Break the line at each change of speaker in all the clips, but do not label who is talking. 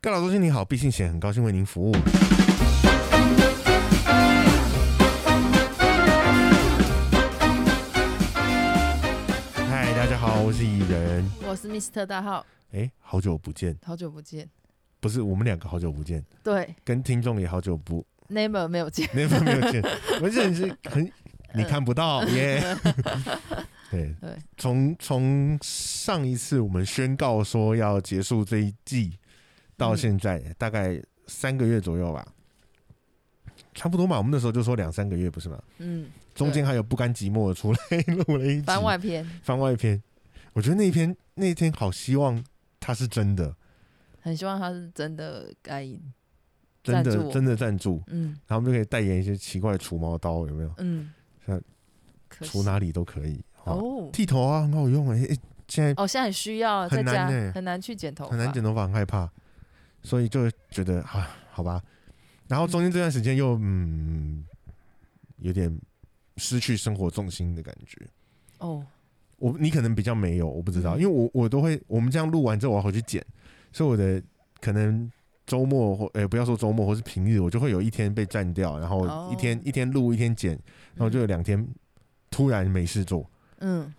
盖老中心您好，毕信贤很高兴为您服务。嗨，大家好，我是蚁人。
我是 Mr 大号，
哎、好久不见，
好久不见。
不是我们两个好久不见，
对
跟听众也好久不
，Never 没有 见。
没有没有见，我真的是很你看不到耶。 对
对，
从从上一次我们宣告说要结束这一季，到
嗯
现在、大概三个月左右吧，差不多嘛。我们那时候就说两三个月，不是吗？
嗯，
中间还有不甘寂寞的出来录了一集
番外篇
番外篇，我觉得那一篇那一天好希望它是真的，
很希望他是真的该赢。
真
赞助
的
我
真的赞助，
嗯
然后我们就可以代言一些奇怪的除毛刀，有没有？
嗯
像，
可
除
惜
哪里都可以。好吧
哦
剃头啊，很好用哎、欸现在
哦，现在很需要在
很难
家
欸
很难去剪头发，
很难剪头发，很害怕，所以就觉得啊，好吧。然后中间这段时间又嗯，有点失去生活重心的感觉。
哦。
我你可能比较没有，我不知道，
嗯
因为我我都会，我们这样录完之后我要回去剪，所以我的可能周末或呃不要说周末或是平日，我就会有一天被占掉，然后一天、
哦
一天录一天剪，然后就有两天突然没事做，
嗯，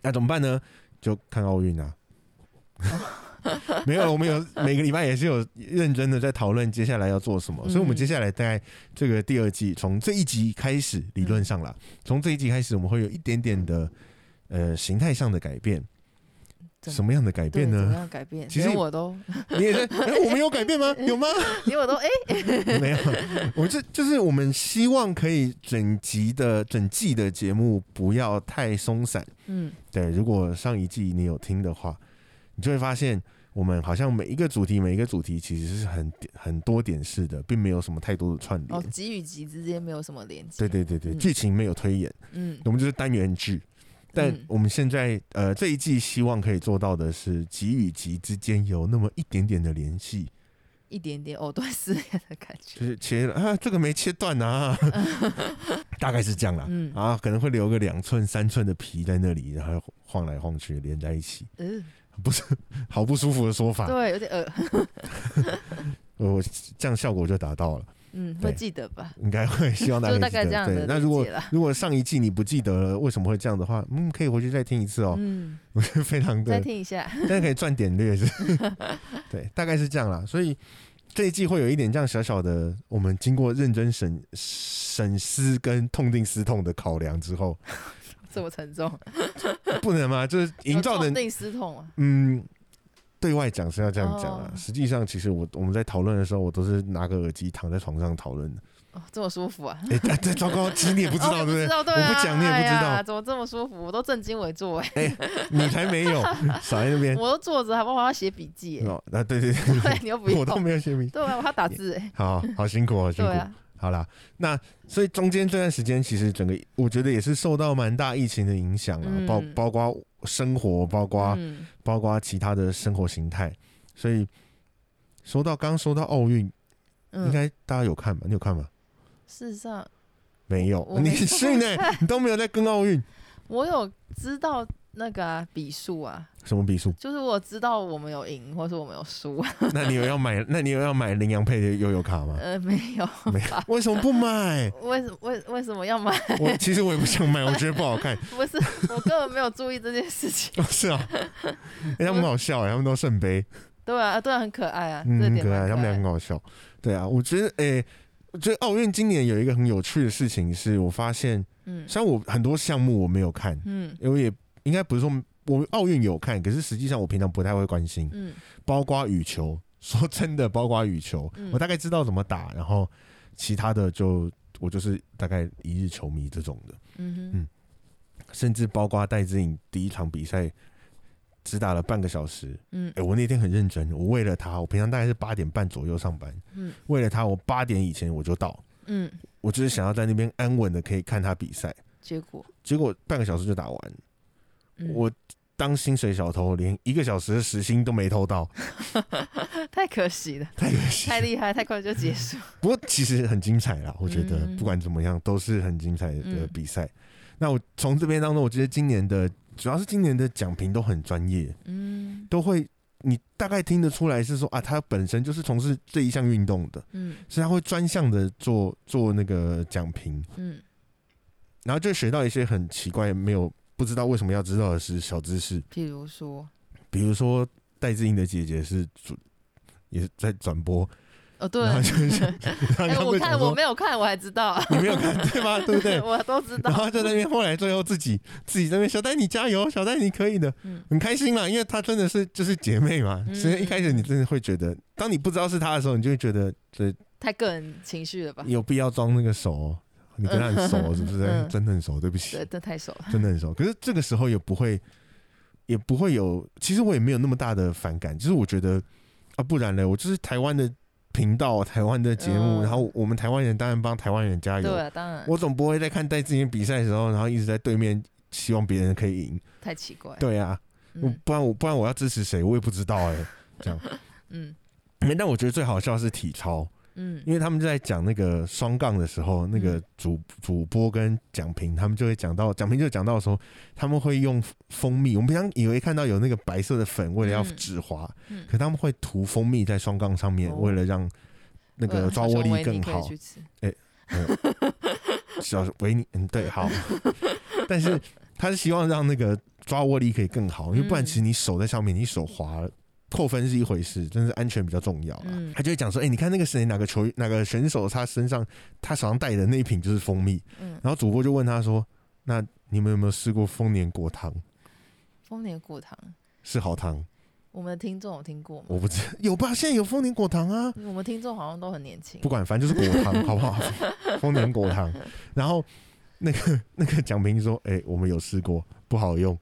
那怎么办呢？就看奥运 啊。没有，我们有每个礼拜也是有认真的在讨论接下来要做什么，所以我们
嗯
接下来大概这个第二季从这一集开始，理论上啦，
嗯
从这一集开始我们会有一点点的呃形态上的改变，
怎
什么样的改
对，
变
怎么
呢？
样改 变？
其实
连我都，
你也是，哎、我们有改变 吗？有吗？
连我都哎，
没有，我这就是我们希望可以整集的整季的节目不要太松散，
嗯，
对，如果上一季你有听的话，你就会发现我们好像每一个主题，每一个主题其实是很点很多点式的，并没有什么太多的串联。
哦，集与集之间没有什么连接。
对，对对对，
嗯
剧情没有推演，
嗯
我们就是单元剧。但
嗯
我们现在呃这一季希望可以做到的是集与集之间有那么一点点的联系，
一点点哦藕 断丝连的感觉。
就是切了啊这个没切断 啊，大概是这样啦。
嗯
啊，可能会留个两寸三寸的皮在那里，然后晃来晃去连在一起，
嗯，
不是好不舒服的说法。
对，有点呃，
我我这样效果就达到了，
嗯，会
对
记得吧？
应该会 希望大
就
家可以
是大
记
概
得
这样
对
的
那
理
如果
解啦。
如果上一季你不记得了，为什么会这样的话，嗯，可以回去再听一次 哦，
嗯，
我觉得非常
再
的，
听一下。
但是可以赚点略是，对，大概是这样啦。所以这一季会有一点这样小小的，我们经过认真审审思跟痛定思痛的考量之后，
这么沉重，
不能吗？就是营造的
痛定思痛啊。
嗯，对外讲是要这样讲啊。
哦
实际上，其实我我们在讨论的时候，我都是拿个耳机躺在床上讨论的。
哦，这么舒服啊！
哎、但这糟糕，其实你也不
不
知道，
哦、
对不对？
知道对、啊，
我不讲你也不知道
哎呀怎么这么舒服？我都正襟危坐哎、
你才没 有，少在那边。
我都坐着，还帮我要写笔记、哎
哦，啊，对对对，
对，你又不
我
用，
都没有写名。
对啊，我还要打字哎、
好好辛苦，好辛苦。
对啊，
好啦，那所以中间这段时间，其实整个我觉得也是受到蛮大疫情的影响啊，
嗯
包包括生活，包括、
嗯，
包括其他的生活形态。所以说到刚刚说到奥运，应
嗯，
该大家有看吧？你有看吗？
事实上
没有，
我
你
没
是呢，你都没有在跟奥运
我有知道那个、啊、笔数啊，？
什么比数
就是我知道我们有赢，或是我们有输，啊
那你有要 买？那你有要买羚羊配的悠悠卡吗？
呃，没有，
没有，为什么不买？
为什么为为什么要买？
我其实我也不想买，我觉得不好看。
不是，我根本没有注意这件事情。
哦是啊，欸他们好笑哎、他们都圣杯，
对啊，啊 对啊，很可爱啊，
嗯，
这
很
点
可
蛮
爱，他们俩很好笑。对啊，我觉得哎、我觉得奥运今年有一个很有趣的事情是，我发现
嗯
虽然我很多项目我没有看，
嗯
因为也应该不是说我奥运有看，可是实际上我平常不太会关心。
嗯
包括羽球。说真的，包括羽球，
嗯
我大概知道怎么打，然后其他的就我就是大概一日球迷这种的，
嗯哼
嗯甚至包括戴资颖第一场比赛只打了半个小时。
嗯
哎、我那天很认真，我为了他，我平常大概是八点半左右上班，
嗯
为了他，我八点以前我就到，
嗯，
我就是想要在那边安稳的可以看他比赛。
结果、
结果半个小时就打完，
嗯、
我当薪水小偷，连一个小时的时薪都没偷到，
太可惜了。
太可惜了
太厉害，太快就结束。
不过其实很精彩啦，我觉得
嗯
不管怎么样都是很精彩的
嗯
比赛。那我从这边当中，我觉得今年的主要是今年的奖评都很专业，
嗯
都会你大概听得出来是说啊，他本身就是从事这一项运动的，
嗯
所以他会专项的做做那个讲评，
嗯嗯，
然后就学到一些很奇怪、没有不知道为什么要知道的是小知识，
譬如说，
比如说戴志颖的姐姐是主，也是在转播，
哦对，
然后 就是，
哎、
然后
我
他
看
们
我
说
没有看，我还知道，？
你没有看对吗？对不对
我都知道
然，后就在那边，后来最后自己自己在那边，小戴你加油，小戴你可以的，
嗯
很开心啦，因为她真的是就是姐妹嘛，
嗯
所以一开始你真的会觉得，当你不知道是她的时候，你就会觉得这
太个人情绪了吧？
有必要装那个熟哦、你跟她很熟哦是不是？
嗯
真的很熟，对不起
对，，这太熟了。
真的很熟。可是这个时候也不会，也不会有，其实我也没有那么大的反感，就是我觉得啊，不然嘞，我就是台湾的频道，台湾的节目，
嗯
然后我们台湾人当然帮台湾人加油
对，啊，当然
我总不会在看戴志颖比赛的时候，然后一直在对面希望别人可以赢。
太奇怪。，
对啊，我
嗯
不然我不然我要支持谁，我也不知道哎、
嗯
没但我觉得最好笑的是体操，
嗯
因为他们就在讲那个双杠的时候，那个
嗯
主、主播跟蒋平他们就会讲到，蒋平就讲到说他们会用蜂蜜，我们平常以为看到有那个白色的粉，为了要
嗯
止滑，
嗯，
可他们会涂蜂蜜在双杠上面，
哦呃
为了让那个抓握力更好
可以。去吃
小维尼，嗯，对， 好，但是他是希望让那个抓握力可以更好，因为不然
嗯
其实你手在上面，你手滑了。扣分是一回事，但是安全比较重要啦。
嗯
他就会讲说：“哎、你看那个谁，哪个球哪个选手，他身上他手上带的那一瓶就是蜂蜜。
嗯”，
然后主播就问他说：“那你们有没有试过丰年果糖？
丰年果糖，
是好糖？
我们的听众有听过吗？
我不知有吧？现在有丰年果糖啊，
我们听众好像都很年轻
不。管，反正就是果糖，好不 好？丰年果糖。然后那个那个蒋平说：“哎、我们有试过，不好用。”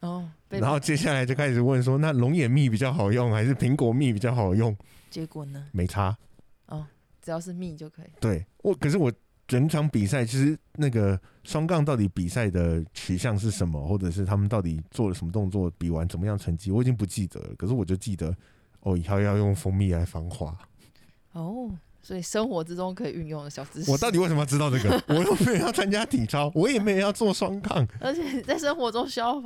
哦，被
然后接下来就开始问说，那龙眼蜜比较好用还是苹果蜜比较好用？
结果呢？
没差。
只要是蜜就可以。
对我，可是我整场比赛其实那个双杠到底比赛的取向是什么，或者是他们到底做了什么动作，比完怎么样成绩，我已经不记得了。可是我就记得，哦，以后要用蜂蜜来防滑。
哦，所以生活之中可以运用的小知识。
我到底为什么要知道这个？我又没有要参加体操，我也没有要做双杠
而且在生活中需要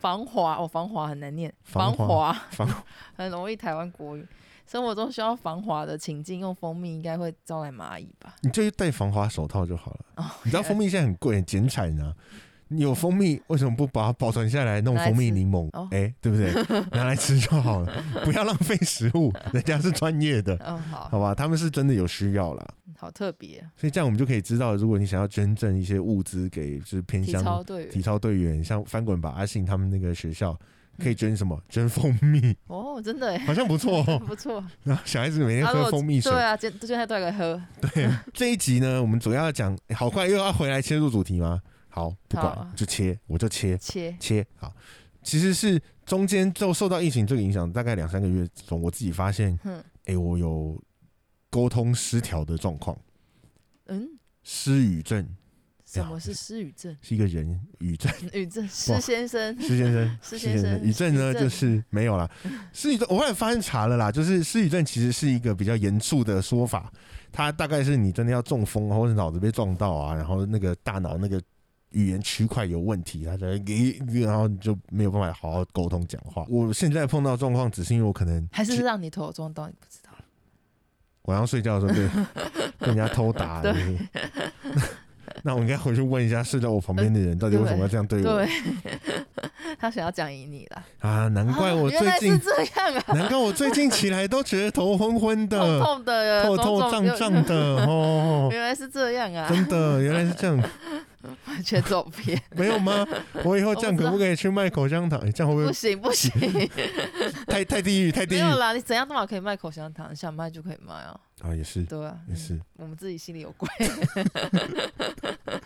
防滑，哦，防滑很难念，
防
防滑
防。
很容易台湾国语。生活中需要防滑的情境，用蜂蜜应该会招来蚂蚁吧？
你就戴防滑手套就好了。
哦，
你知道蜂蜜现在很贵，很减产啊。你有蜂蜜，为什么不把它保存下来，弄
拿来
蜂蜜
吃
柠檬？哎、
哦
对不对？ 拿来吃就好了，不要浪费食物。人家是专业的，
嗯，好，
好吧？他们是真的有需要啦，
好特别。
所以这样我们就可以知道，如果你想要捐赠一些物资给就是偏
体
乡
操队员
体操队员，像翻滚吧阿信他们那个学校，可以
嗯
捐什么？ 捐蜂蜜，
哦，真的耶，
好像不错哦。
不错。
然后小孩子每天
啊如
喝
果
蜂蜜水。
对啊，就就现在都来喝。
这一集呢，我们主要讲、哎好快又要回来切入主题吗？好，不
好
管就切，我就切。
切，
切好，其实是中间就受到疫情这个影响，大概两三个月中，我自己发现，
哼，
哎、我有沟通失调的状况，
嗯，
失语症哎
什么是失语症？
是一个人，语症
语症，施先生，
施先生，施
施先生
语症呢
失语症
就是没有 啦，失语症我后来发现查了啦，就是失语症其实是一个比较严肃的说法，它大概是你真的要中风啊，或者脑子被撞到啊，然后那个大脑那个。语言区块有问题，他才给，然后你就没有办法好好沟通讲话。我现在碰到状况，只是因为我可能
还
去
是让你头撞到？你不知道。
晚上睡觉的时候被 被人家偷打，
对
就是那那我应该回去问一下睡在我旁边 的人，到底为什么要这样对我
对， 他想要讲赢你啦。
啊？难怪我
啊
最
原来
近，
是这样 啊，
难怪我最近起来都觉得头昏昏
痛
的、
痛 的，
透
肿
透
肿
胀
又
胀的哦，
原来是这样啊，
真的，原来是这样，
完全走 偏，
没有 吗？我以后这样
我不知道
可不可以去卖口香糖？哎这样会不
不
会
行 不行，
太太地狱？太地
没
狱
有啦，你怎样都嘛可以卖口香糖，你想卖就可以卖啊，
啊！也是，
对啊，
也是
嗯，我们自己心里有鬼，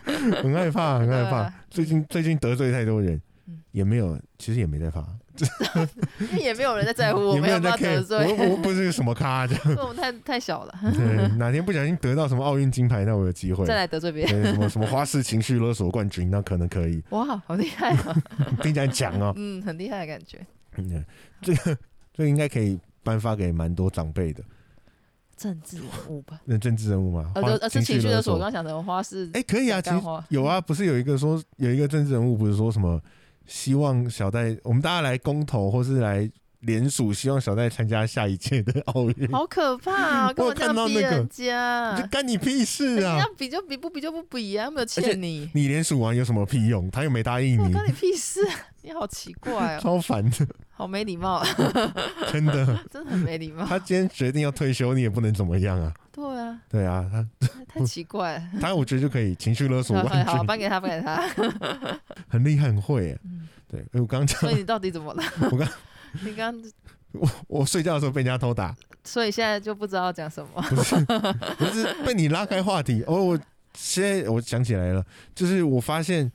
很害怕，很害
对
怕
啊。
最近最近得罪太多人
嗯，
也没有，其实也没在怕，
因为也没有人在在乎 我
也
们
没
要
有
不
在
要
care，
得罪，
我我不是什么咖这样。
因为我们太太小了，
对，哪天不小心得到什么奥运金牌，那我有机会。
再来得罪别人，
对，什么什么花式情绪勒索冠军，那可能可以。
哇，好厉害啊，
听起来强哦，
嗯，很厉害的感觉，
嗯这个这个应该可以颁发给蛮多长辈的，
政治人物吧，
那政治人物嘛，
呃
花
呃，是情绪勒
勒
索，我刚想成花式
哎，可以啊，其
干
实
话，
有啊，不是有一个说有一个政治人物不是说什么希望小戴，我们大家来公投或是来联署，希望小戴参加下一届的奥运。
好可怕啊！干
我有
嘛这
看到
样逼
那个
人家？
就干你屁事
人
啊！
家哎比就比，不比就不比啊，没有
且
欠你，
你联署完有什么屁用？他又没答应
我
你，
关你屁事啊！你好奇怪哦，
超烦的，
好没礼貌，啊
真的。
真的很没礼貌。
他今天决定要退休，你也不能怎么样啊。
对啊，
对啊，他
太奇怪了。
他我觉得就可以情绪勒索
好
完
好，
全，
颁给他，颁给 他。
很厉害，很会耶。
嗯
对，哎我刚刚
所
讲，
以你到底怎么了？
我刚
你刚刚，
我我睡觉的时候被人家偷打，
所以现在就不知道讲什么。
不是不是被你拉开话题。 哦，我现在我想起来了，就是我发现。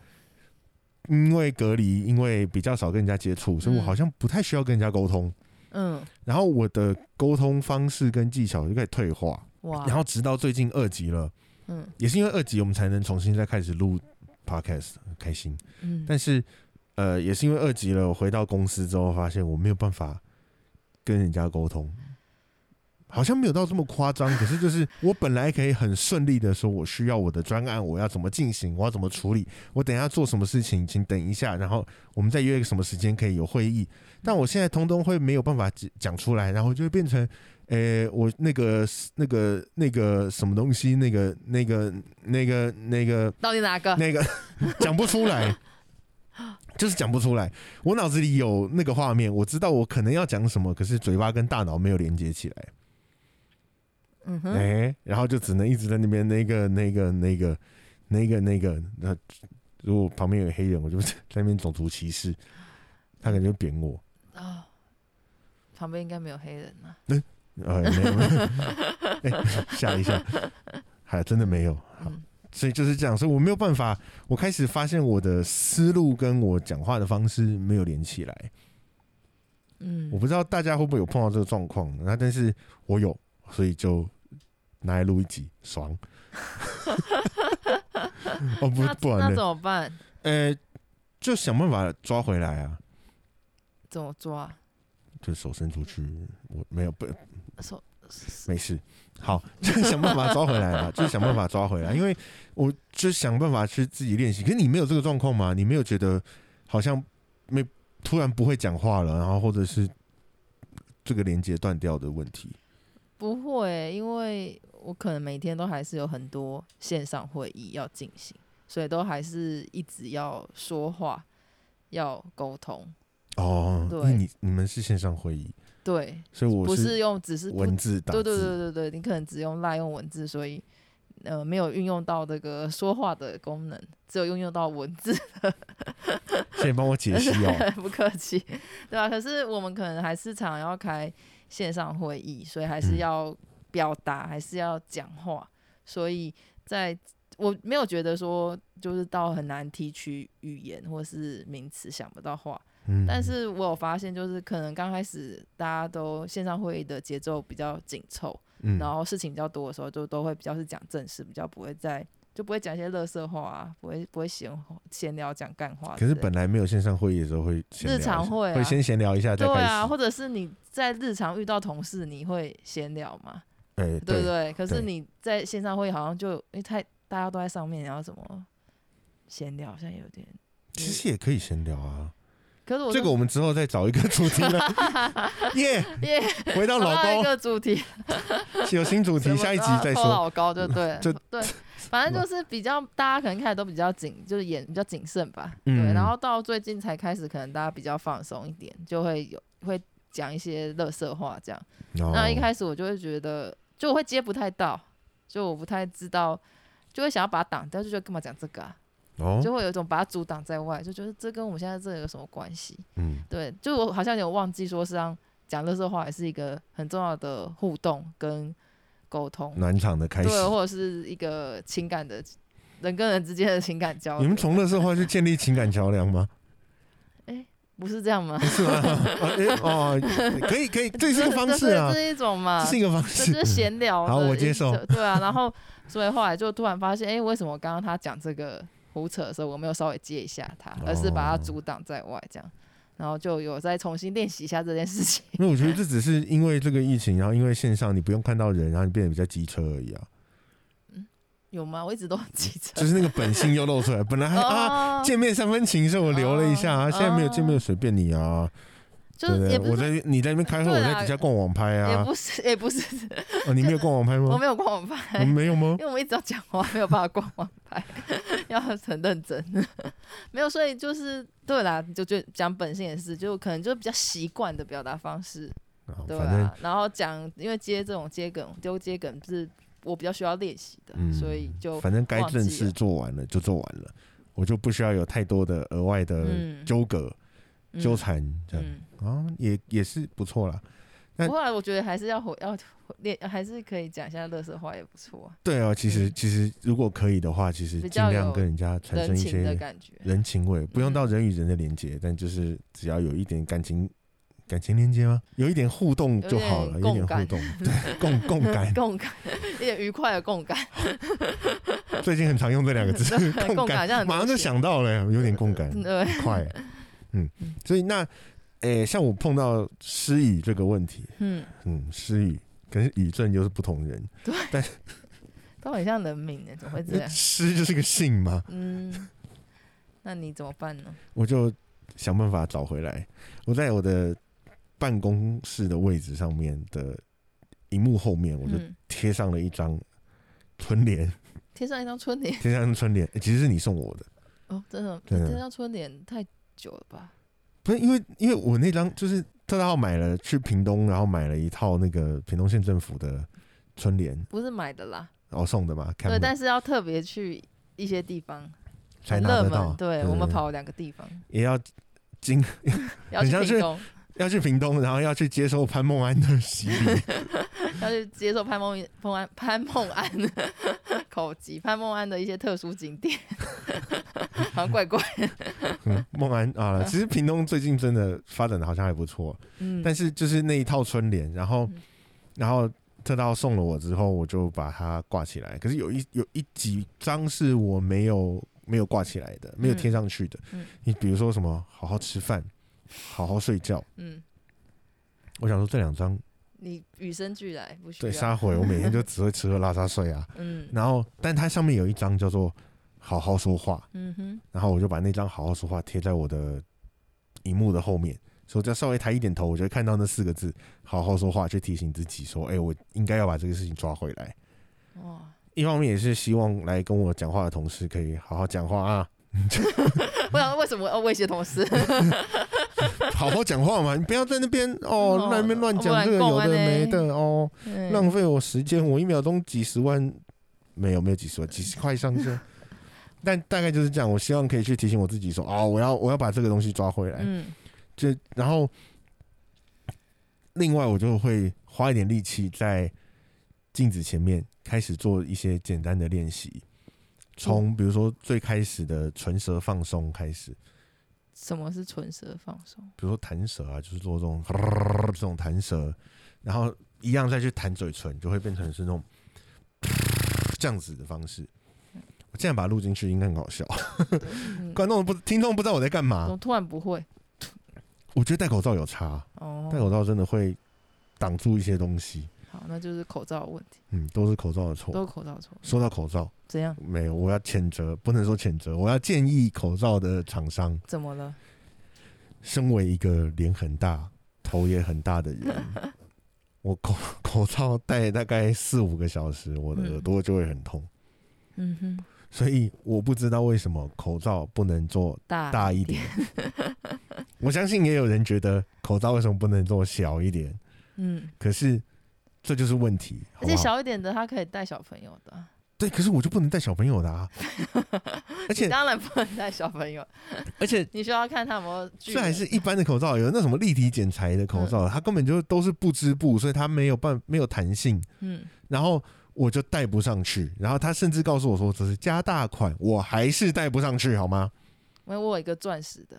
因为隔离，因为比较少跟人家接触，所以我
嗯
好像不太需要跟人家沟通。
嗯，
然后我的沟通方式跟技巧就开始退化。
哇
然，后直到最近二集了，
嗯
也是因为二集我们才能重新再开始录 podcast，很开心。
嗯，
但是呃，也是因为二集了，我回到公司之后发现我没有办法跟人家沟通，好像没有到这么夸张。可是就是我本来可以很顺利的说，我需要我的专案，我要怎么进行，我要怎么处理，我等一下做什么事情，请等一下，然后我们再约一个什么时间可以有会议。但我现在通通会没有办法讲讲出来，然后就会变成。诶、我那个、那个、那个什么东西，那个、那个、那个、那个，
到底哪 个？
那个讲不出来，就是讲不出来。我脑子里有那个画面，我知道我可能要讲什么，可是嘴巴跟大脑没有连接起来，
嗯
哎、
哼，
然后就只能一直在那边那个那个那个那个那个。那如果旁边有黑人，我就 在那边种族歧视，他可能就扁我。
哦，旁边应该没有黑人啊。
呃，没有，没有哎吓、一下，还真的没有。好
嗯，
所以就是这样，所以我没有办法，我开始发现我的思路跟我讲话的方式没有连起来。
嗯
我，不知道大家会不会有碰到这个状况，那但是我有，所以就拿来录一集， 爽。哦不
那，
不然
那
呢
怎？么办？
呃，就想办法抓回来啊，
怎么抓？
就手伸出去，我没有不
手
没事，好，就是想办法抓回来 啊，就是想办法抓回来，因为我就想办法去自己练习。可是你没有这个状况吗？你没有觉得好像没突然不会讲话了，然后或者是这个连接断掉的问题？
不会，因为我可能每天都还是有很多线上会议要进行，所以都还是一直要说话，要沟通。
哦，因
对
为你你们是线上会议，
对，
所以
不
我
是用只是不
文字打
对
字，
对对对对，你可能只用赖用文字，所以呃没有运用到这个说话的功能，只有运用到文字，
现在帮我解析哦。
不客气，对吧、可是我们可能还是常要开线上会议，所以还是
嗯
要表达，还是要讲话，所以在我没有觉得说就是到很难提取语言或是名词想不到话，
嗯，
但是我有发现就是可能刚开始大家都线上会议的节奏比较紧凑，
嗯
然后事情比较多的时候，就都会比较是讲正事，比较不会在就不会讲一些乐色话啊，不会不会闲闲聊讲干话之
可
类
是
的。
本来没有线上会议的时候会闲聊一下
日常会啊
会先闲聊一下再
对
开始，
啊，或者是你在日常遇到同事，你会闲聊嘛？
哎
对不
对
对？可是
对
你在线上会议好像就因为太大家都在上面，然后怎么闲聊，好像有点。
其实也可以闲聊啊。
可是我
这个
就
我们之后再找一个主题来， 耶，
耶，
回到老
啊另一
高
个主题，
有新 主题，
什么
下一集
啊
再
偷
说。
老高就对了，
这
对，反正就是比较大家可能开始都比较紧，就是演比较谨慎吧，
嗯
对。然后到最近才开始，可能大家比较放松一点，就会有会讲一些乐色话这样。
哦
那一开始我就会觉得，就我会接不太到，就我不太知道，就会想要把它挡掉，就觉得干嘛讲这个啊，
哦，
就会有一种把它阻挡在外，就觉得这跟我们现在这有什么关系？
嗯，
对，就我好像有忘记说，是让讲乐色话也是一个很重要的互动跟沟通。
暖场的开始。
对，或者是一个情感的人跟人之间的情感交流。
你们从乐色话去建立情感桥梁吗？
不是这样吗？
是吗？啊哎哦，可以可以，这是个方式啊
这，是一种嘛
这，是一个方
这就
式啊
是。闲聊的一
好
种。
我接受
对啊，然后所以后来就突然发现，哎、为什么刚刚他讲这个胡扯的时候，我没有稍微接一下他，而是把他
哦
阻挡在外这样。然后就有再重新练习一下这件事情，
因为我觉得这只是因为这个疫情，然后因为线上你不用看到人，然后你变得比较机车而已啊，
有吗？我一直都很记着。
就是那个本性又露出来。本来还啊
哦
见面三分情，所以我留了一下啊，
哦
现在没有见面随便你啊，
就是
对
也
不对？
不是
我
说
在你在那边开会，
对
我
啦
在底下逛网拍
也
啊。
不是也不是，
哦，你没有逛网拍
我
吗？
没有逛网拍，
你没有吗
因？为我们一直要讲话，没有办法逛网拍， 要很认真。没有，所以就是对啦，就就讲本性也是，就可能就比较习惯的表达方式，
啊
对
反正
啦。然后讲，因为接这种接梗、丢接梗是我比较需要练习的，
嗯
所以就
反正该
忘记
正事
了
做完了就做完了，我就不需要有太多的额外的
嗯
纠葛
嗯
纠缠这样。
嗯，
啊，也也是不错啦。那
不过啊我觉得还是要回要练，还是可以讲一下乐色话也不错啊，
对哦，其实
嗯
其实如果可以的话，其实
比
尽
较
量
有
跟人家产
人
生一
情的
些
感觉。嗯
人情味，不用到人与人的连接，但就是只要有一点感情感情连接吗？有一点互动就好了，
有
有
点
一点互
共感。
动，对，共共感
共感，有点愉快的共感，
最近很常 用这两个字，
对
共
共感好像很
马上就
明显
想到了，有点共 感，
对，
快，嗯，所以那，诶，像我碰到失语这个问题，
嗯，
嗯，失语跟语症又是不同人，
都很像人名欸呢，怎么会这样？
失就是个姓嘛，
嗯，那你怎么办呢？
我就想办法找回来。我在我的办公室的位置上面的荧幕后面，我就
嗯，
贴上了一张春联，
贴上一张春联
贴上一张春联、诶其实是你送我的，
哦，真的，
真的
这张春联太久了吧？
不是因为因为我那张就是特大号买了去屏东，然后买了一套那个屏东县政府的春联，
不是买的啦，
然后送的嘛，看
对，
不
但是要特别去一些地方，
才
很
拿
热
得到
门。。对我们跑了两个地方，
也要经
要
很
去
像
屏
是
东，
要去屏东，然后要去接受潘梦安的洗礼。
要去接受潘梦潘安潘梦安的 口技，潘梦安的一些特殊景点， 好像 怪怪，
嗯梦安啊，其实屏东最近真的发展的好像还不错，
嗯，
但是就是那一套春联，然后
嗯
然后特道送了我之后，我就把它挂起来。可是有一有一几张是我没有没有挂起来的，没有
嗯
贴上去的
嗯。
你比如说什么好好吃饭，好好睡觉，
嗯，
我想说这两张
你与生俱来不需
对
要，
撒谎，我每天就只会吃喝拉撒睡啊。
嗯
然后，但它上面有一张叫做好好说话，
嗯哼，
然后我就把那张好好说话贴在我的荧幕的后面，所以我只要稍微抬一点头，我就会看到那四个字“好好说话”，去提醒自己说：“哎、我应该要把这个事情抓回来。
哇，”
一方面也是希望来跟我讲话的同事可以好好讲话啊，
不然为什么要威胁 同事？嗯
好好讲话嘛，你不要在那边哦
哦，
在那边乱讲
乱
这个有
讲
的
啊
没
呢
的哦，
嗯
浪费我时间，我一秒钟几十万，没有没有几十万，几十块上下。 但大概就是这样，我希望可以去提醒我自己说，哦，我要我要把这个东西抓回来。
嗯
就然后，另外我就会花一点力气在镜子前面开始做一些简单的练习，从比如说最开始的唇舌放松开始，
什么是唇舌放松？
比如说弹舌啊，就是做这种这种弹舌，然后一样再去弹嘴唇，就会变成是那种这样子的方式。我竟然把它录进去，应该很好笑。
嗯，
观众不听众不知道我在干嘛
我。突然不会
我觉得戴口罩有差，戴
哦。
口罩真的会挡住一些东西。
好，那就是口罩的问题，
嗯，都是口罩的错。
都是口罩错。
说到口罩，
怎样？
没有，我要谴责，不能说谴责，我要建议口罩的厂商，
怎么了？
身为一个脸很大、头也很大的人， 我口口罩戴大概四五个小时，我的
嗯
耳朵就会很痛，
嗯哼，
所以我不知道为什么口罩不能做
大
大一点。我相信也有人觉得口罩为什么不能做小一点，
嗯，
可是这就是问题，好不
而且
好？
小一点的，它可以带小朋友的啊。
对，可是我就不能带小朋友的 啊，而
你
且
当然不能带小 朋友，
而且
你需要看他有没有距离。
这还是一般的口罩，有那什么立体剪裁的口
嗯
罩，它根本就都是不织布，所以它没有办没有弹性，
嗯，
然后我就戴不上去，然后他甚至告诉我说这是加大款，我还是戴不上去，好吗？
因为我有一个钻石的，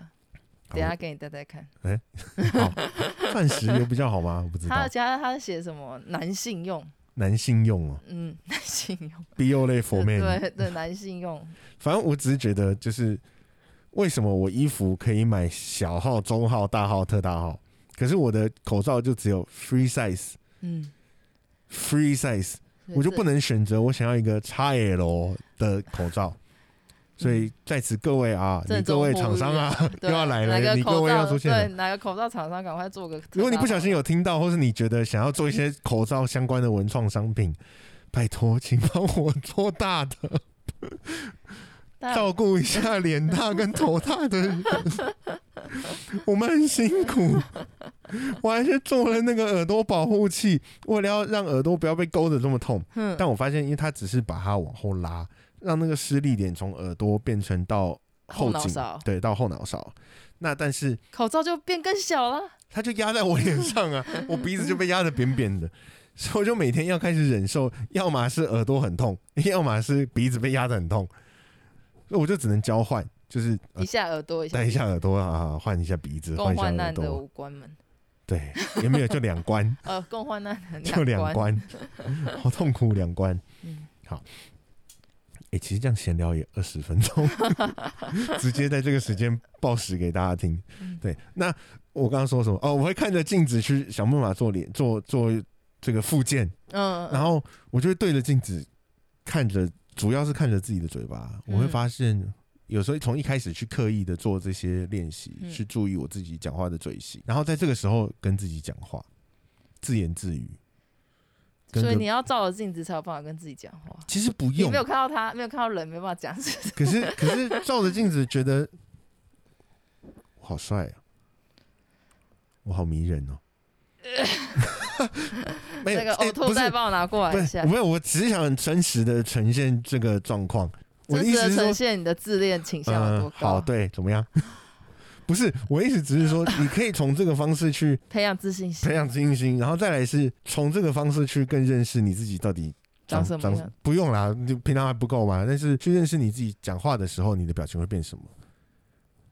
等一下给你戴戴看。
好，暂时有比较好吗？我不知
他
道
的，家他写什么男性用，
男性用 哦
嗯，男性用，
，BO 类 for man，
对对，男性用，
反正我只是觉得就是为什么我衣服可以买小号、中号、大号、特大号，可是我的口罩就只有 free size。
嗯，
Free size，我就不能选择我想要一个 XL 的口罩，所以在此各位啊，
郑
你各
重
位
嗯呼
厂商啊， 又
对
要来
哪
了，
个
你各
口
位
罩
要出现
对
了。
哪个口罩厂商赶快做个特大号。
如果你不小心有听到，或是你觉得想要做一些口罩相关的文创商品，拜托，请帮我做大 的，
但
照顾一下脸大跟头大的人，我们很辛苦。我还是做了那个耳朵保护器，为了要让耳朵不要被勾得这么痛。
嗯
但我发现，因为它只是把它往后拉，让那个施力点从耳朵变成到
后
后
脑
颈
勺，
对，到后脑勺。那但是
口罩就变更小了。
它就压在我脸上啊， 我鼻子就被压得扁扁的，所以我就每天要开始忍受，要么是耳朵很痛，要么是鼻子被压得很痛，所以我就只能交换，就是、呃
一下耳朵，一下
戴一下耳朵啊，换一下鼻子，换
共
一
患
下耳
难的
朵，
无关门，
对，也没有就两 关。
呃，共患难的
就两
关。
关， 好痛苦两关。
嗯
好。哎、其实这样闲聊也二十分 钟， 直接在这个时间报时给大家听
嗯。
对，那我刚刚说什么？哦，我会看着镜子去想办法做脸，做做这个复健，
嗯，
然
后
后我就会对着镜子看着，主要是看着自己的嘴巴，我会
嗯
发现。有时候从一开始去刻意的做这些练习，
嗯
去注意我自己讲话的嘴型，然后在这个时候跟自己讲话，自言自语。跟
所以
个
你要照着镜子才有办法跟自己讲话。
其实不
你
用
没，有看到他，没有看到人，没办法讲。是不是
可是可是照着镜子觉得我好帅啊，我好迷人哦。 没有，
那个
哎
呕吐
不是
袋帮我拿过来一
不
下
是，，没有，我只是想很真实的呈现这个状况。我的
真
意
实
思
的
是
呈
说，
现你的自恋倾向有
嗯、
多
好，
高，
对，怎么样？ 不是，我意思只是说，你可以从这个方式去
培养自信心
培。养自信心，然后再来是从这个方式去更认识你自己到底
长什么样。
不用啦，你平常还不够嘛。但是去认识你自己讲话的时候，你的表情会变什么？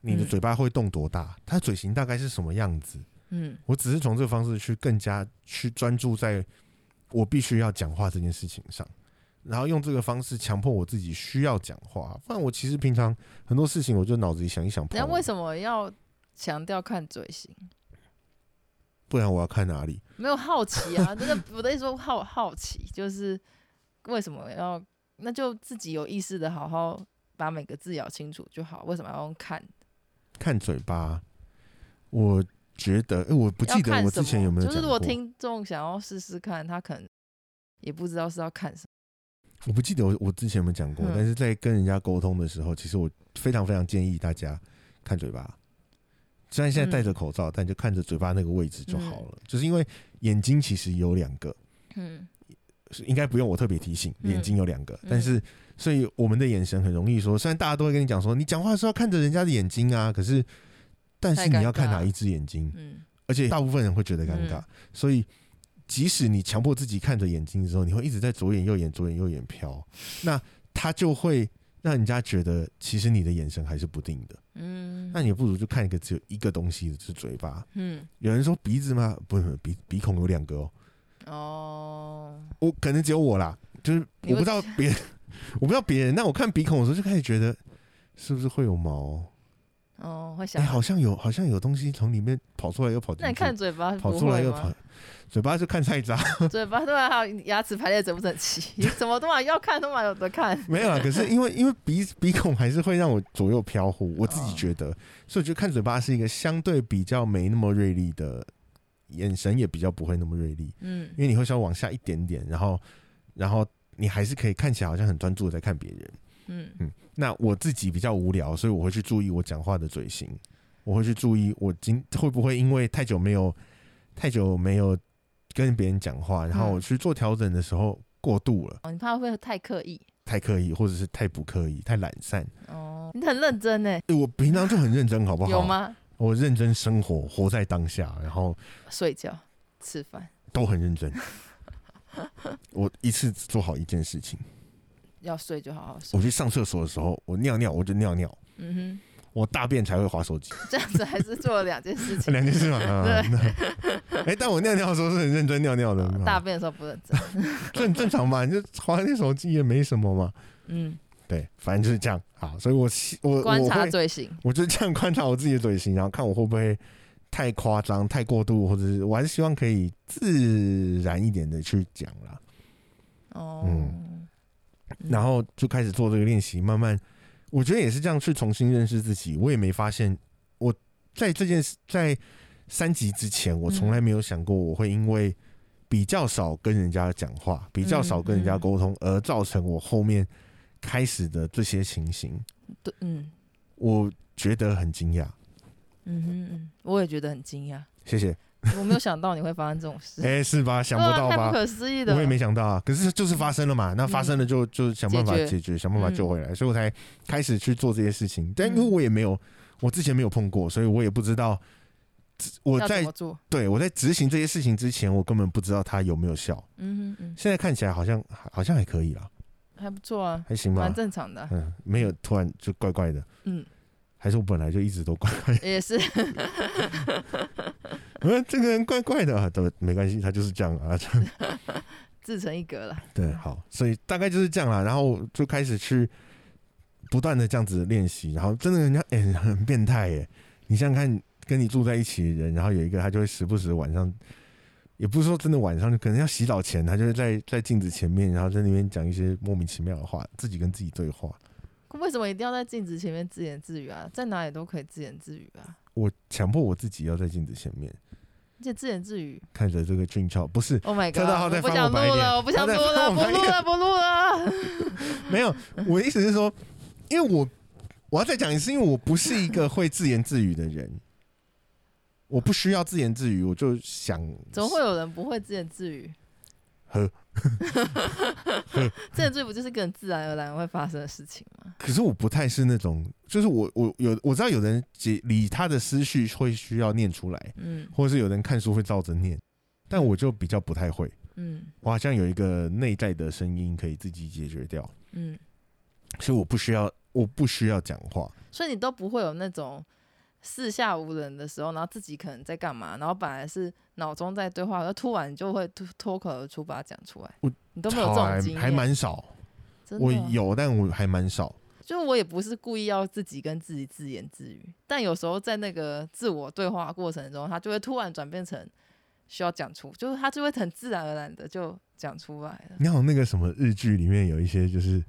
你的
嗯
嘴巴会动多大？它嘴型大概是什么样子？
嗯
我只是从这个方式去更加去专注在我必须要讲话这件事情上，然后用这个方式强迫我自己需要讲话。不然我其实平常很多事情，我就脑子里想一想，
那为
么？
什么要强调看嘴型？
不然我要看哪里？
没有好 奇啊，真的，我的意思说好好奇，就是为什么要？那就自己有意识的好好把每个字咬清楚就好。为什么要用看？
看嘴巴？我觉得，哎、我不
要
记得
看
我
什
之
么？
前有没有
就
讲
是
过。
如果听众想要试试看，他可能也不知道是要看什么。
我不记得我我之前有没有讲过，
嗯
但是在跟人家沟通的时候，其实我非常非常建议大家看嘴巴。虽然现在戴
嗯
着口罩，但就看着嘴巴那个位置就好了。就是因为眼睛其实有两个，
嗯
是应该不用我特别提醒，
嗯
眼睛有两个，
嗯
但是所以我们的眼神很容易说，虽然大家都会跟你讲说，你讲话是要看着人家的眼睛啊，可是但是
太尴尬
你要看哪一只眼睛，
嗯
而且大部分人会觉得尴尬，
嗯
所以即使你强迫自己看着眼睛的时候，你会一直在左眼右眼左眼右眼飘，那它就会让人家觉得其实你的眼神还是不定的。
嗯
那你不如就看一个只有一个东西的，就是嘴巴。
嗯
有人说鼻子吗？不是，鼻鼻孔有两个哦。
哦，
我可能只有我啦，就是我
你
不
不
知道别人，我不知道别人。那我看鼻孔的时候就开始觉得是不是会有毛？
哦，会
哎、
想。
好像有，好像有东西从里面跑出来又跑进去。
那你看嘴巴
跑
不
出来
会
又跑
吗？，
嘴巴就看菜渣。
嘴巴对吧？啊还有牙齿排列整不整齐？ 怎么都嘛要看，都嘛有得看。
没有啊，可是 因为因为鼻鼻孔还是会让我左右飘忽，我自己觉得，所以我觉得看嘴巴是一个相对比较没那么锐利的，眼神也比较不会那么锐利，
嗯
因为你会稍微往下一点点，然后然后你还是可以看起来好像很专注的在看别人。
嗯
那我自己比较无聊，所以我会去注意我讲话的嘴型，我会去注意我今会不会因为太久没有太久没有跟别人讲话，然后我去做调整的时候过度了，
哦，你怕会不会太刻意？
太刻意或者是太不刻意，太懒散。
哦，你很认真呢，
欸我平常就很认真，好不好？
有？吗？
我认真生活，活在当下，然后
睡觉、吃饭
都很认真。我一次只做好一件事情。
要睡就好好睡
我。去上厕所的时候，我尿尿我就尿尿，
嗯
我大便才会划手 机，
哼，这样子还是做了两件 事情。
两件事嘛。啊
对
那 哎、但我尿尿的时候是很认真尿尿的，
呃
啊
大便的时候不认 真。
这很正常嘛，你就划那手机也没什么嘛。
嗯，
对，反正就是这样啊。好所以我希我
观
我
察
会
嘴型。
我就是这样观察我自己的嘴型，然后看我会不会太夸张、太过度，或者是我还是希望可以自然一点的去讲啦。
哦，嗯
嗯然后就开始做这个练习，慢慢我觉得也是这样去重新认识自己。我也没发现，我在这件事在三级之前，我从来没有想过我会因为比较少跟人家讲话，比较少跟人家沟
嗯
通，而造成我后面开始的这些情形。
对，嗯
我觉得很惊讶，
嗯哼嗯，我也觉得很惊讶，
谢谢。
我没有想到你会发生这种事，
哎、是吧？想
对
不
啊，
到
太不
吧？
可思议的，
我也没想到啊，可是就是发生了嘛，那发生了就、就想办法
嗯解
解
决
决，想办法救回来，所以我才开始去做这些事情。但因为
嗯
我也没有，我之前没有碰过，所以我也不知道。我
要
在
怎么做，
对我在执行这些事情之前，我根本不知道它有没有效。
嗯哼嗯，
现在看起来好像好像还可以啦，
还不错啊，
还行吧
蛮。正常 的啊，
嗯，没有突然就怪怪的，
嗯，
还是我本来就一直都怪 怪的。
也是，
嗯，这个人怪怪的，啊，都没关系，他就是这样啊。这样
自成一格了，
对，好，所以大概就是这样啦。然后就开始去不断的这样子练习，然后真的人家哎、很变态耶、你想想看，跟你住在一起的人，然后有一个他就会时不时晚上，也不是说真的晚上，就可能要洗澡前，他就会在在镜子前面，然后在那边讲一些莫名其妙的话，自己跟自己对话。
为什么一定要在镜子前面自言自语啊？在哪里都可以自言自语啊，
我强迫我自己要在镜子前面
而且自言自语
看着这个俊俏，不是
，Oh my
车道号
god！
在
我不
翻
想
我
录
白眼
了，我不想
他
录
在
了，
翻
不
我白
录了，不录了。
没有，我的意思是说，因为我我要再讲一次，因为我不是一个会自言自语的人，我不需要自言自语，我就想
怎么会有人不会自言自语？
呵，
自言自语不就是一个很自然而然会发生的事情吗？
可是我不太是那种，就是我我有我知道有人解理他的思绪会需要念出来，
嗯
或者是有人看书会照着念，但我就比较不太会，
嗯
我好像有一个内在的声音可以自己解决掉，
嗯，
所以我不需要我不需要讲话，
所以你都不会有那种四下无人的时候，然后自己可能在干嘛，然后本来是脑中在对话，然后突然就会脱脱口而出把它讲出来
我。
你都没有这种经验，
还蛮少，
真的哦
我，有，但我还蛮少。
就是我也不是故意要自己跟自己自言自语，但有时候在那个自我对话过程中，他就会突然转变成需要讲出，就是他就会很自然而然的就讲出来了。
你好，那个什么日剧里面有一些，就是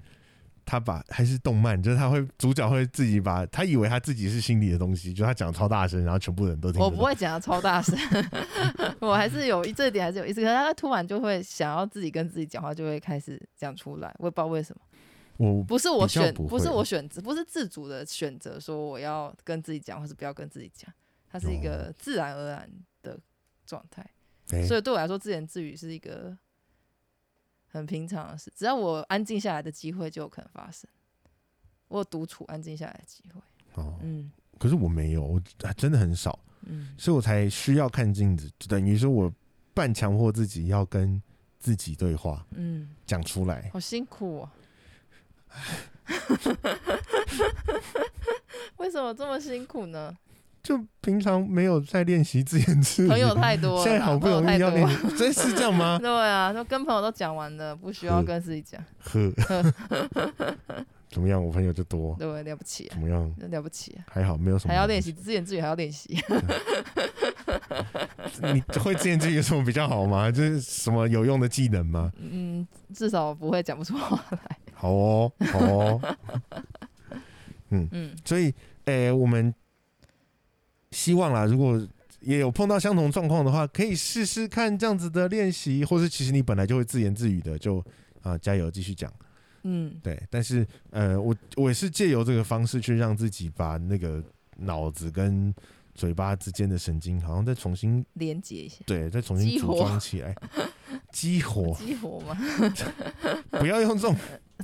他把还是动漫，就是他会主角会自己把他以为他自己是心里的东西，就他讲超大声，然后全部人都听得
我
到。
不会讲的超大声， 我还是有这一点还是有意思，可是他突然就会想要自己跟自己讲话，就会开始讲出来，我也不知道为什么，
我
不是我
比较
选，
不
不
会
是我选择，不是自主的选择，说我要跟自己讲，或是不要跟自己讲，它是一
哦
个自然而然的状态。
哎
所以对我来说，自言自语是一个很平常的事。只要我安静下来的机会，就有可能发生。我有独处、安静下来的机会。
哦，
嗯
可是我没有，我真的很少，
嗯
所以我才需要看镜子，就等于说我半强迫自己要跟自己对话，
嗯，
讲出来。
好辛苦哦。 为什么这么辛苦呢？
就平常没有在练习自言自语，
朋友太多了啦，
现在好不容
朋
易
友
要
太多
练
了。，
真是这样吗？
对啊，就跟朋友都讲完了，不需要
呵
跟自己讲，
呵，怎么样？我朋友就多，
对，了不起、啊，
怎么样？
真了不起、啊，
还好没有什么，
还要练习自言自语，还要练习。
你会自言自语有什么比较好吗？ 就是什么有用的技能吗？
嗯，至少我不会讲不出话来。
好哦，好 哦。
嗯，
所以，诶、我们希望啦，如果也有碰到相同状况的话，可以试试看这样子的练习，或是其实你本来就会自言自语的，就啊、加油，继续讲。
嗯
对，但是呃，我我也是借由这个方式去让自己把那个脑子跟嘴巴之间的神经，好像再重新
连接一下，
对，再重新
激活
组装起来，激活，
激活嘛，
不要用这种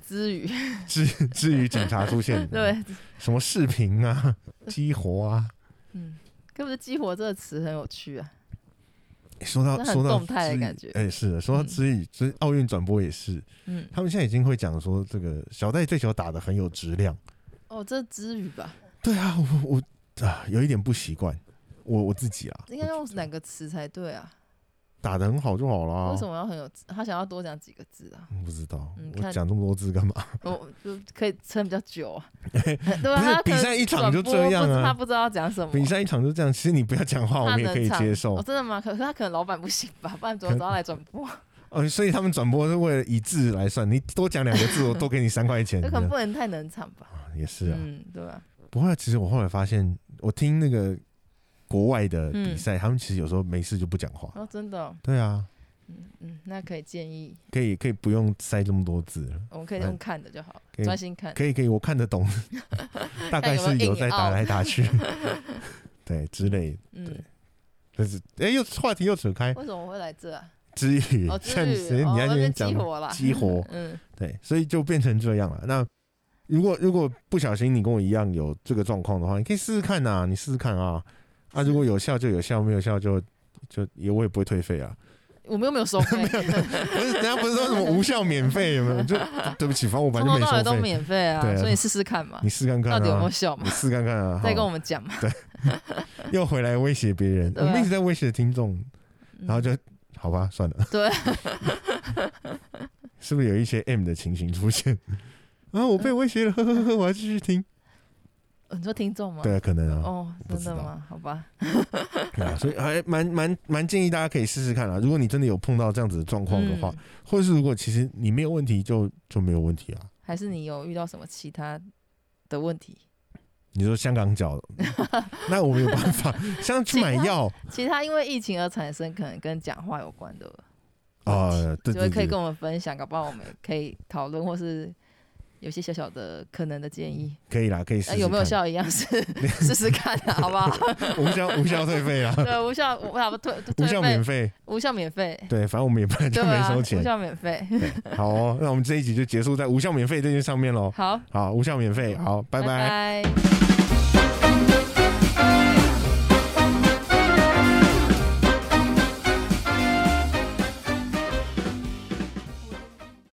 之余，
至至于警察出现，
对，
什么视频 啊、激活啊，
嗯，可不是激活这个词很有趣啊，
欸说到
那很
说到
动态的
知语
感觉
哎、是的，说到
嗯
知语，这奥运转播也是，
嗯，
他们现在已经会讲说这个小戴这球打的很有质量。
哦，这之语吧，
对啊，我我啊有一点不习惯，我我自己啊，
应该用哪个词才对啊？
打的很好就好啦。
为什么要很有字？他想要多讲几个字 啊？
嗯？不知道，
嗯
我
看
讲这么多字干嘛？
我就可以撑比较 久啊，对啊，
不是
他可能
比赛一场就这样啊
转播不知他不知道讲什么，
比赛一场就这样，其实你不要讲话，我
他
们也
能
可以
唱
接受
哦，。真的吗？可是他可能老板不行吧，不然怎么找他来转播？
哦，所以他们转播是为了以字来算，你多讲两个字，我多给你三块钱。
这可能不能太冷场吧？
也是啊，
嗯，对吧？
不过其实我后来发现，我听那个国外的比赛，他们其实有时候没事就不讲话。
嗯哦，真的哦，
对啊，
嗯嗯，那可以建议，
可以可以不用塞这么多字了，
我们可以用看的就好
可以
了，专心看。
可以可以，我看得 懂，大概是有在打来打去， 对之类的。
嗯，
但是哎，又话题又扯开，
为什么我会来这啊？
之语
哦，，
趁时
至于
间
哦，
你在
我
那
被
边
激
讲
活了，
激活，
嗯
对，所以就变成这样了。那如果如果不小心你跟我一样有这个状况的话，你可以试试看呐、你试试看啊。啊，如果有效就有效，没有效就就也我也不会退费啊。
我们又没有收费，
可是人家不是说什么无效免费有没有？就对不起，反正我本
从
来
头
就
到
没收
尾都
费。
免费啊
对，啊
所以试试看嘛
你，试看看
到底有没有
啊，
效嘛
你？试看看啊。
再跟我
好
们讲嘛，
又回来威胁别人，
对
我
啊
们一直在威胁听众，
嗯
然后就好吧，算了。
对，
是不是有一些 M 的情形出现？啊，我被威胁了，呵呵呵，我要继续听。
很多嗯听众吗？
对啊，可能啊。
哦，
不
真
知
的
道
吗？好吧，
对啊，所以还蛮蛮蛮建议大家可以试试看啊啦。如果你真的有碰到这样子的状况的话，
嗯
或者是如果其实你没有问题就，就没有问题啊。
还是你有遇到什么其他的问题？
你说香港脚， 那我没有办 法，像去买药
其他因为疫情而产生，可能跟讲话有关的，
啊、对
就是
对
可以
对，
跟我们分享，搞不好我们也可以讨论，或是有些小小的可能的建议。
可以啦，可以试试、
那哎有没有？效一样是 试试看啊，好不好？
无效无效退费啦，啊
对，无效，我我退
无
退
效
费
免，费。
无效免费，
对，反正我们也本来就
对
没
啊，
收
无
钱。
效免费。
好、哦，那我们这一集就结束在无效免费这件上面喽。
好，
好，无效免费，好，拜
拜